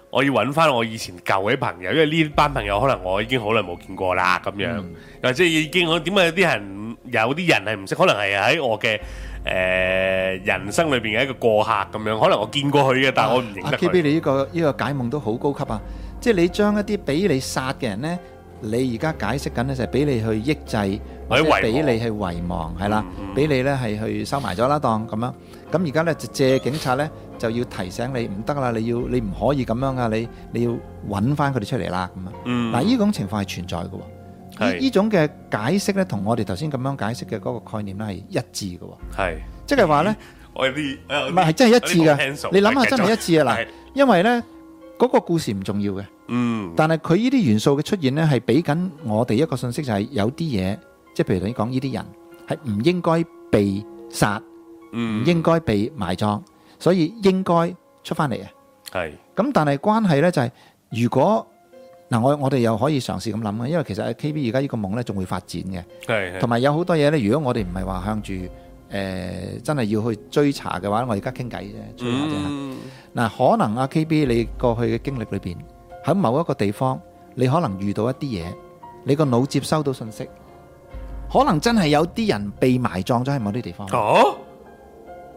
Speaker 1: 我要揾翻我以前舊嘅朋友，因為呢班朋友可能我已經好耐冇見過啦，咁樣，或者已經我點解有啲人有啲人係唔識，可能係喺我嘅。誒、人生裏邊嘅一個過客咁樣，可能我見過佢嘅，但係我唔認
Speaker 2: 阿
Speaker 1: 得
Speaker 2: KB
Speaker 1: 佢。
Speaker 2: 你呢個呢個解夢都好高級啊！即係你將一啲俾你殺嘅人呢，你而家解釋緊呢，就係俾你去抑制，
Speaker 1: 或者
Speaker 2: 或者
Speaker 1: 遺忘
Speaker 2: 俾你去遺忘，係啦
Speaker 1: 嗯嗯，
Speaker 2: 俾你呢係去收埋咗啦，當咁樣。咁而家呢，就借警察呢，就要提醒你唔得啦，你要你唔可以咁樣噶，你你要揾翻佢哋出嚟啦咁啊！
Speaker 1: 嗯，
Speaker 2: 嗱，呢種情況係存在嘅喎，呢
Speaker 1: 係
Speaker 2: 呢種嘅解釋呢，同我哋頭先咁樣解釋嘅嗰個概念呢係一致嘅喎，
Speaker 1: 係
Speaker 2: 即係話呢。
Speaker 1: 我有啲，我有啲
Speaker 2: 唔係係真係一致
Speaker 1: 有
Speaker 2: 嘅
Speaker 1: 啲 potential，
Speaker 2: 你諗下真係一致啊！
Speaker 1: 係
Speaker 2: 嗱，因為呢嗰個故事唔重要嘅，
Speaker 1: 嗯，
Speaker 2: 但係佢呢啲元素嘅出現呢，係俾緊我哋一個信息，就係有啲嘢，即係譬如你講呢啲人係唔應該被殺，唔
Speaker 1: 嗯，
Speaker 2: 應該被埋葬，所以應該出翻嚟嘅。
Speaker 1: 係
Speaker 2: 咁但係關係呢，就係、如果嗱，我我哋又可以嘗試咁諗嘅，因為其實 K B 而家呢個夢呢，仲會發展嘅。
Speaker 1: 係係
Speaker 2: 同埋有好多嘢咧，如果我哋唔係話向住誒、呃真係要去追查嘅話，我而家傾偈啫，吹下啫。嗱、
Speaker 1: 嗯
Speaker 2: 可能阿 KB 你過去嘅經歷裏邊，喺某一個地方，你可能遇到一啲嘢，你個腦接收到信息，可能真係有啲人被埋葬咗喺某啲地方。
Speaker 1: 哦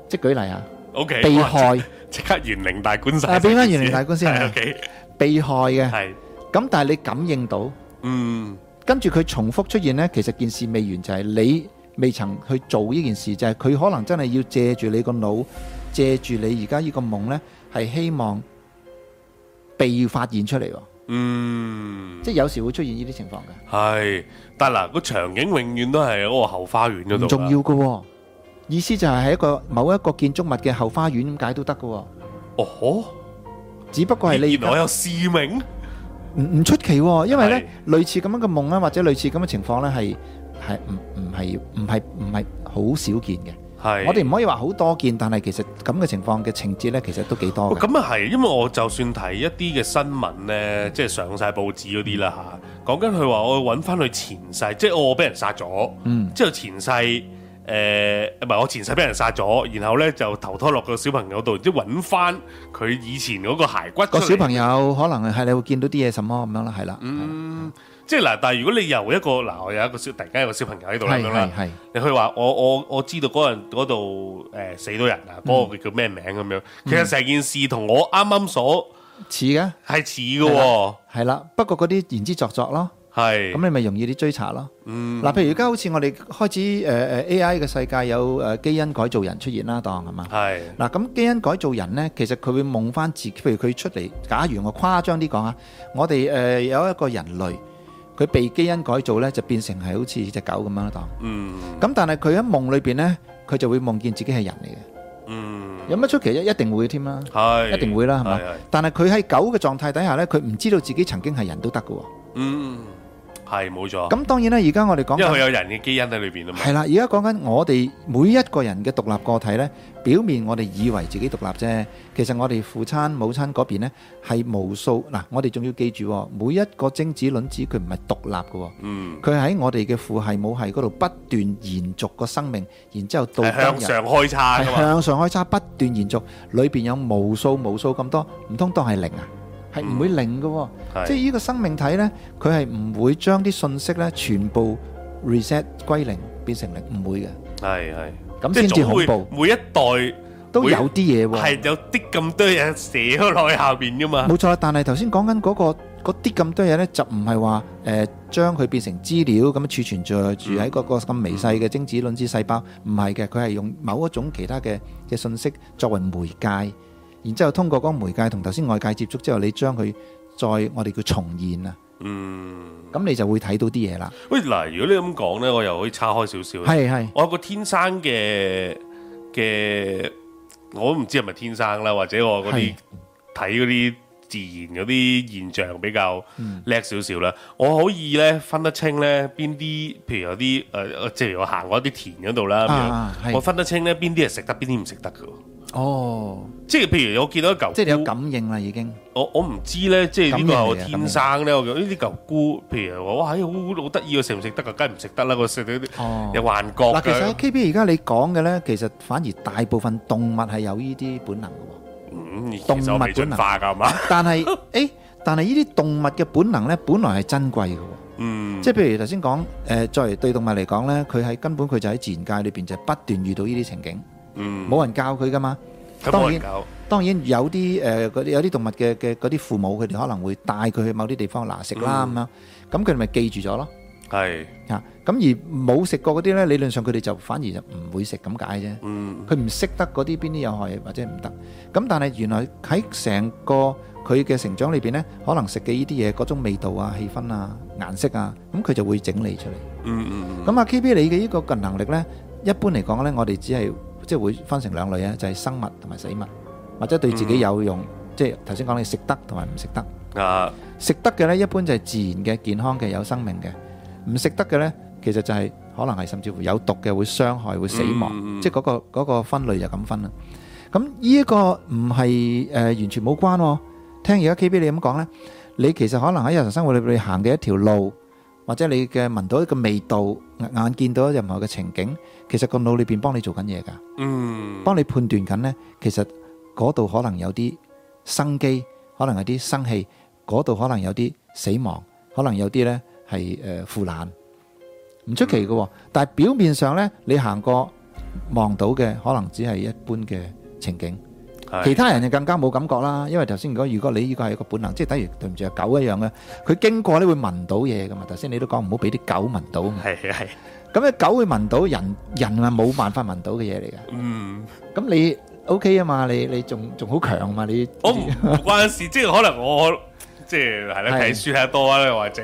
Speaker 2: 即係舉例啊，
Speaker 1: ，OK，
Speaker 2: 被
Speaker 1: 哇
Speaker 2: 害
Speaker 1: 即刻元靈大官晒，
Speaker 2: 啊俾返元靈大官先
Speaker 1: 係
Speaker 2: 係
Speaker 1: (laughs) OK，
Speaker 2: 被害嘅，
Speaker 1: 係
Speaker 2: 咁但係你感應到，
Speaker 1: 嗯
Speaker 2: 跟住佢重複出現呢，其實件事未完就係你未曾去做呢件事，就係、佢可能真係要借住你個腦，借住你而家呢個夢呢，係希望被發現出嚟喎。
Speaker 1: 嗯
Speaker 2: 即係有時會出現呢啲情況嘅，
Speaker 1: 係，但嗱個場景永遠都係嗰個後花園嗰度
Speaker 2: 唔
Speaker 1: 啦，
Speaker 2: 重要嘅喎。意思就係喺一個某一個建築物嘅後花園咁解都得嘅喎，
Speaker 1: 哦，
Speaker 2: 只不過係你
Speaker 1: 原來我有使命，
Speaker 2: 唔唔出奇喎，因為
Speaker 1: 係
Speaker 2: 呢類似咁樣嘅夢啊咧，或者類似咁嘅情況呢，係係唔唔係唔係唔係好少見嘅。
Speaker 1: 係
Speaker 2: 我哋唔可以話好多見，但係其實咁嘅情況嘅情節呢，其實都幾多
Speaker 1: 喂
Speaker 2: 嘅。
Speaker 1: 咁啊係，因為我就算睇一啲嘅新聞咧，即係上晒報紙嗰啲啦嚇，講緊佢話我揾翻佢前世，即係我俾人殺咗，
Speaker 2: 嗯
Speaker 1: 之後前世誒唔係我前世俾人殺咗，然後咧就投胎落個小朋友度，即係揾翻佢以前嗰個骸骨出
Speaker 2: 個
Speaker 1: 嚟。
Speaker 2: 小朋友可能係你會見到啲嘢什麼咁樣啦，係啦，
Speaker 1: 嗯，即係嗱，但係如果你由一個嗱，我有一個小突然間有個小朋友喺度啦咁樣啦
Speaker 2: 係，係
Speaker 1: 你去話我我我知道嗰人嗰度誒死到人啊，嗰、
Speaker 2: 嗯
Speaker 1: 個叫咩名咁樣？其實成件事同我啱啱所
Speaker 2: 係似嘅，
Speaker 1: 係似嘅喎，
Speaker 2: 係啦。不過嗰啲言之鑿鑿咯，
Speaker 1: 係
Speaker 2: 咁你咪容易啲追查咯。
Speaker 1: 嗯
Speaker 2: 嗱，譬如而家好似我哋開始誒誒、呃 AI 嘅世界有誒、呃基因改造人出現啦，當係嘛？
Speaker 1: 係
Speaker 2: 嗱，咁基因改造人呢，其實佢會夢翻自己，譬如佢出嚟，假如我誇張啲講啊，我哋誒、呃有一個人類，佢被基因改造呢，就變成係好似只狗咁樣啦，當。
Speaker 1: 嗯
Speaker 2: 咁但係佢喺夢裏邊呢，佢就會夢見自己係人嚟嘅，
Speaker 1: 嗯
Speaker 2: 有乜出奇啫？一定會添啦，
Speaker 1: 係
Speaker 2: 一定會啦，係嘛
Speaker 1: 係係？
Speaker 2: 但係佢喺狗嘅狀態底下呢，佢唔知道自己曾經係人都得嘅喎。
Speaker 1: 嗯係冇錯，
Speaker 2: 咁當然啦，而家我哋講
Speaker 1: 因為
Speaker 2: 緊
Speaker 1: 佢有人嘅基因喺裏邊啊嘛，
Speaker 2: 係啦，而家講緊我哋每一個人嘅獨立個體呢，表面我哋以為自己獨立啫，其實我哋父親母親嗰邊呢係無數嗱，我哋仲要記住喎，每一個精子卵子佢唔係獨立嘅喎，
Speaker 1: 嗯
Speaker 2: 佢喺我哋嘅父系母系嗰度不斷延續個生命，然之後到
Speaker 1: 係向
Speaker 2: 今日
Speaker 1: 上開叉
Speaker 2: 係
Speaker 1: 㗎嘛，
Speaker 2: 向上開叉，不斷延續，裏邊有無數無數咁多，唔通當係零啊？係唔會零嘅喎。即
Speaker 1: 係
Speaker 2: 係呢個生命體呢，佢係唔會將啲信息呢全部 reset 歸零變成零，唔會嘅。
Speaker 1: 係係，即
Speaker 2: 咁
Speaker 1: 係
Speaker 2: 先至
Speaker 1: 總
Speaker 2: 恐
Speaker 1: 會
Speaker 2: 怖，
Speaker 1: 每一代
Speaker 2: 都有啲嘢喎。
Speaker 1: 係有啲咁多嘢寫咗落去下邊㗎嘛，
Speaker 2: 冇錯啦，但係頭先講緊嗰個嗰啲咁多嘢呢，就唔係話誒將佢變成資料咁樣儲存住住喺嗰個咁微細嘅精子卵子細胞，唔係嘅，佢係用某一種其他嘅嘅信息作為媒介，然之後通過嗰個媒介同頭先外界接觸之後，你將佢再我哋叫重現啊，
Speaker 1: 嗯。
Speaker 2: 咁你就會睇到啲嘢啦。
Speaker 1: 喂，嗱，如果你咁講咧，我又可以岔開少少。
Speaker 2: 係係
Speaker 1: 我有個天生嘅嘅，我都唔知係咪天生啦，或者我嗰啲
Speaker 2: 係
Speaker 1: 睇嗰啲自然嗰啲現象比較
Speaker 2: 嗯
Speaker 1: 叻少少啦。我可以咧分得清咧邊啲，譬如有啲誒、呃，即係我行過一啲田嗰度啦，咁樣
Speaker 2: 啊係
Speaker 1: 我分得清咧邊啲係食得，邊啲唔食得嘅喎。
Speaker 2: 哦。
Speaker 1: 即係譬如我見到一嚿，
Speaker 2: 即係你有感應啦，已經
Speaker 1: 我我唔知咧，即係呢個係我
Speaker 2: 咁樣嚟嘅啊
Speaker 1: 天生咧。我覺得呢啲嚿菇，譬如我哇，好好得意，我食唔食得啊？梗係唔食得啦，我食到啲
Speaker 2: 哦啊
Speaker 1: 有幻覺
Speaker 2: 嗱，其實喺
Speaker 1: 嘅。
Speaker 2: K B 而家你講嘅呢，其實反而大部分動物係有呢啲本能嘅喎。
Speaker 1: 嗯，其
Speaker 2: 動物
Speaker 1: 實我未進化㗎係嘛？
Speaker 2: 但係，誒、但係呢啲動物嘅本能呢，本來係珍貴嘅喎。
Speaker 1: 嗯，
Speaker 2: 即係譬如頭先講，誒、作為對動物嚟講呢，佢係根本佢就喺自然界裏邊就不斷遇到呢啲情景，
Speaker 1: 嗯，
Speaker 2: 冇人教佢噶嘛。
Speaker 1: 咁
Speaker 2: 當
Speaker 1: 冇
Speaker 2: 然
Speaker 1: 人搞。
Speaker 2: 當然有啲誒嗰啲有啲動物嘅嘅嗰啲父母，佢哋可能會帶佢去某啲地方嗱食啦咁樣，咁佢哋咪記住咗咯。
Speaker 1: 係，
Speaker 2: 嚇、咁而冇食過嗰啲呢，理論上佢哋就反而就唔會食咁解啫。
Speaker 1: 嗯，
Speaker 2: 佢唔識得嗰啲邊啲有害或者唔得。咁但係原來喺成個佢嘅成長裏邊呢，可能食嘅呢啲嘢嗰種味道啊、氣氛啊、顏色啊，咁佢就會整理出嚟。
Speaker 1: 嗯嗯，
Speaker 2: 咁啊，K B 你嘅呢個個能力呢，一般嚟講呢，我哋只係即係會分成兩類啊，就係、生物同埋死物，或者對自己有用，即係頭先講你食得同埋唔食得。
Speaker 1: 嗯啊，
Speaker 2: 食得嘅呢，一般就係自然嘅、健康嘅、有生命嘅；唔食得嘅呢，其實就係可能係甚至乎有毒嘅，會傷害、會死亡，
Speaker 1: 嗯嗯嗯
Speaker 2: 即係嗰、個嗰個分類就咁分啦。咁呢一個唔係誒完全冇關喎。聽而家 K B 你咁講呢，你其實可能喺日常生活裏邊行嘅一條路，或者你嘅聞到一個味道、眼見到任何嘅情景，其實個腦裏邊幫你做緊嘢㗎。
Speaker 1: 嗯，
Speaker 2: 幫你判斷緊呢，其實嗰度可能有啲生機，可能有啲生氣，嗰度可能有啲死亡，可能有啲呢係誒腐爛，唔出奇嘅喎。但係表面上呢，你行過望到嘅可能只係一般嘅情景，
Speaker 1: 係
Speaker 2: 其他人就更加冇感覺啦。因為頭先如果如果你呢個係一個本能，即係等於對唔住係狗一樣嘅，佢經過呢會聞到嘢噶嘛。頭先你都講唔好俾啲狗聞到啊嘛，
Speaker 1: 係係，
Speaker 2: 咁咧狗會聞到人人係冇辦法聞到嘅嘢嚟嘅。
Speaker 1: 嗯，
Speaker 2: 咁你 OK 啊嘛，你你仲仲好強嘛，你
Speaker 1: 我唔唔關事，即係可能我即係係啦，
Speaker 2: 係
Speaker 1: 睇書睇得多啦，又或者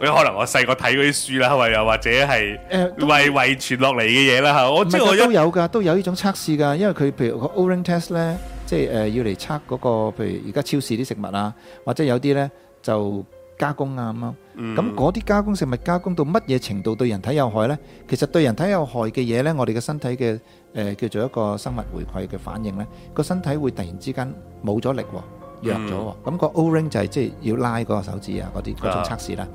Speaker 1: 有可能我細個睇嗰啲書啦，或又或者係
Speaker 2: 誒呃都
Speaker 1: 遺遺傳落嚟嘅嘢啦嚇，我
Speaker 2: 唔
Speaker 1: 即
Speaker 2: 係
Speaker 1: 係我
Speaker 2: 㗎都
Speaker 1: 一
Speaker 2: 有㗎，都有呢種測試㗎，因為佢譬如個 O-ring test 咧，即係誒、呃要嚟測嗰、個譬如而家超市啲食物啊，或者有啲咧就加工啊咁樣。
Speaker 1: 嗯
Speaker 2: 咁嗰啲加工食物加工到乜嘢程度對人體有害咧？其實對人體有害嘅嘢咧，我哋嘅身體嘅誒、呃叫做一個生物回饋嘅反應咧，個身體會突然之間冇咗力喎，弱咗喎。咁、個 O-ring 就係即係要拉個手指啊嗰啲嗰種
Speaker 1: 啊
Speaker 2: 測試啦，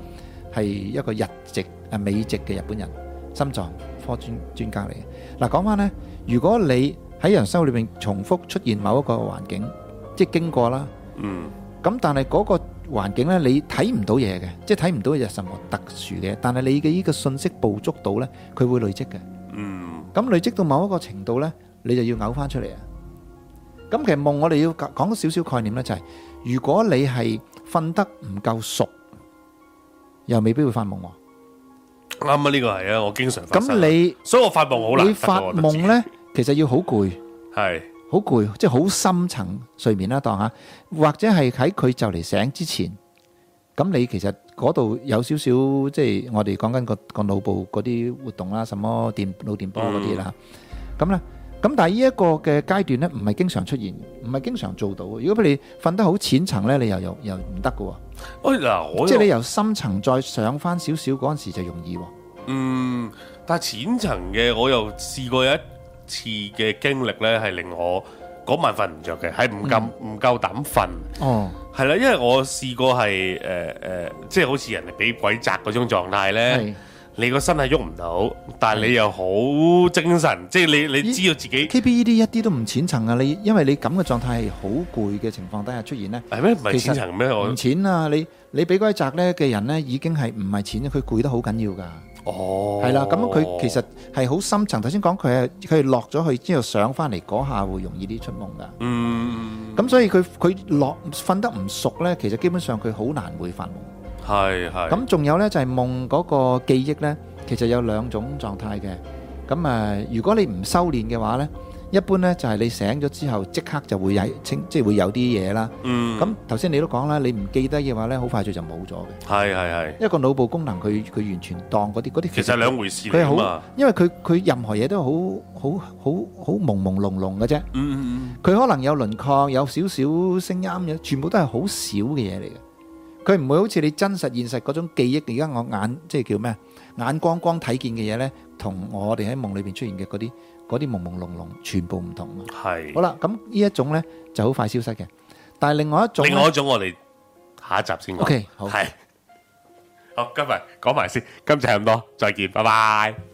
Speaker 2: 係一個日籍啊美籍嘅日本人。心臟科專專家嚟嘅。嗱，講翻呢，如果你喺人生活裏邊重複出現某一個環境，即係經過啦，
Speaker 1: 嗯
Speaker 2: 咁但係嗰個環境咧，你睇唔到嘢嘅，即係睇唔到有什麼特殊嘅，但係你嘅呢個信息捕捉到咧，佢會累積嘅。
Speaker 1: 嗯，
Speaker 2: 咁累積到某一個程度呢，你就要嘔翻出嚟啊！咁其實夢我哋要講少少概念呢，就係如果你係瞓得唔夠熟，又未必會發夢喎。
Speaker 1: 啱啊，呢個係啊，我經常發生
Speaker 2: 咁你
Speaker 1: 所以我發夢好難得㗎。
Speaker 2: 你發
Speaker 1: 我覺得自己
Speaker 2: 夢呢，其實要好攰，
Speaker 1: 係
Speaker 2: 好攰，即係好深層睡眠啦，當下或者係喺佢就嚟醒之前，咁你其實嗰度有少少即係我哋講緊個個腦部嗰啲活動啦，什麼電腦電波嗰啲啦，咁咧、咁但係呢一個嘅階段咧，唔係經常出現，唔係經常做到嘅。如果你瞓得好淺層咧，你又又又唔得嘅喎，
Speaker 1: 哎嗱，我
Speaker 2: 即係你由深層再上翻少少嗰陣時就容易喎。
Speaker 1: 嗯，但係淺層嘅我又試過有一次嘅經歷咧，係令我嗰晚瞓唔着嘅，係唔夠
Speaker 2: 嗯
Speaker 1: 唔夠膽瞓。
Speaker 2: 哦，
Speaker 1: 係啦，因為我試過係誒誒，即係好似人哋俾鬼砸嗰種狀態咧，
Speaker 2: 係
Speaker 1: 你個身係喐唔到，但係你又好精神，即係你你知道自己
Speaker 2: KBED E 一啲都唔淺層啊！你因為你咁嘅狀態係好攰嘅情況底下出現咧。
Speaker 1: 係咩？唔係
Speaker 2: 其實
Speaker 1: 淺層咩？我
Speaker 2: 唔淺啊！你你俾嗰一擲咧嘅人咧，已經係唔係淺，佢攰得好緊要㗎，
Speaker 1: 哦，
Speaker 2: 係啦、咁佢其實係好深層。頭先講佢係佢係落咗去之後上翻嚟嗰下會容易啲出夢㗎。
Speaker 1: 嗯，
Speaker 2: 咁所以佢佢落瞓得唔熟咧，其實基本上佢好難會發夢。
Speaker 1: 係係
Speaker 2: 咁仲有咧就係夢嗰個記憶咧，其實有兩種狀態嘅。咁誒、呃如果你唔修練嘅話咧，一般咧就係你醒咗之後即刻就會有清，即係會有啲嘢啦。
Speaker 1: 嗯
Speaker 2: 咁頭先你都講啦，你唔記得嘅話咧，好快脆就冇咗嘅。
Speaker 1: 係係係，
Speaker 2: 一個腦部功能，佢佢完全當嗰啲嗰啲
Speaker 1: 其實兩回事
Speaker 2: 佢
Speaker 1: 嚟
Speaker 2: 係
Speaker 1: 㗎
Speaker 2: 好
Speaker 1: 嘛，，
Speaker 2: 因為佢佢任何嘢都好好好好朦朦朧朧嘅啫。
Speaker 1: 嗯嗯
Speaker 2: 佢可能有輪廓，有少少聲音嘅，全部都係好少嘅嘢嚟嘅。佢唔會好似你真實現實嗰種記憶。而家我眼即係叫咩眼光光睇見嘅嘢呢，同我哋喺夢裏邊出現嘅嗰啲嗰啲朦朦朧朧，全部唔同啊！
Speaker 1: 嗯係
Speaker 2: 好。啦，咁呢一種呢就好快消失嘅，但係另外一種呢
Speaker 1: 另外一種我哋下一集先講。
Speaker 2: OK，好
Speaker 1: 係好，今日講埋先，今集係咁多，再見，拜拜。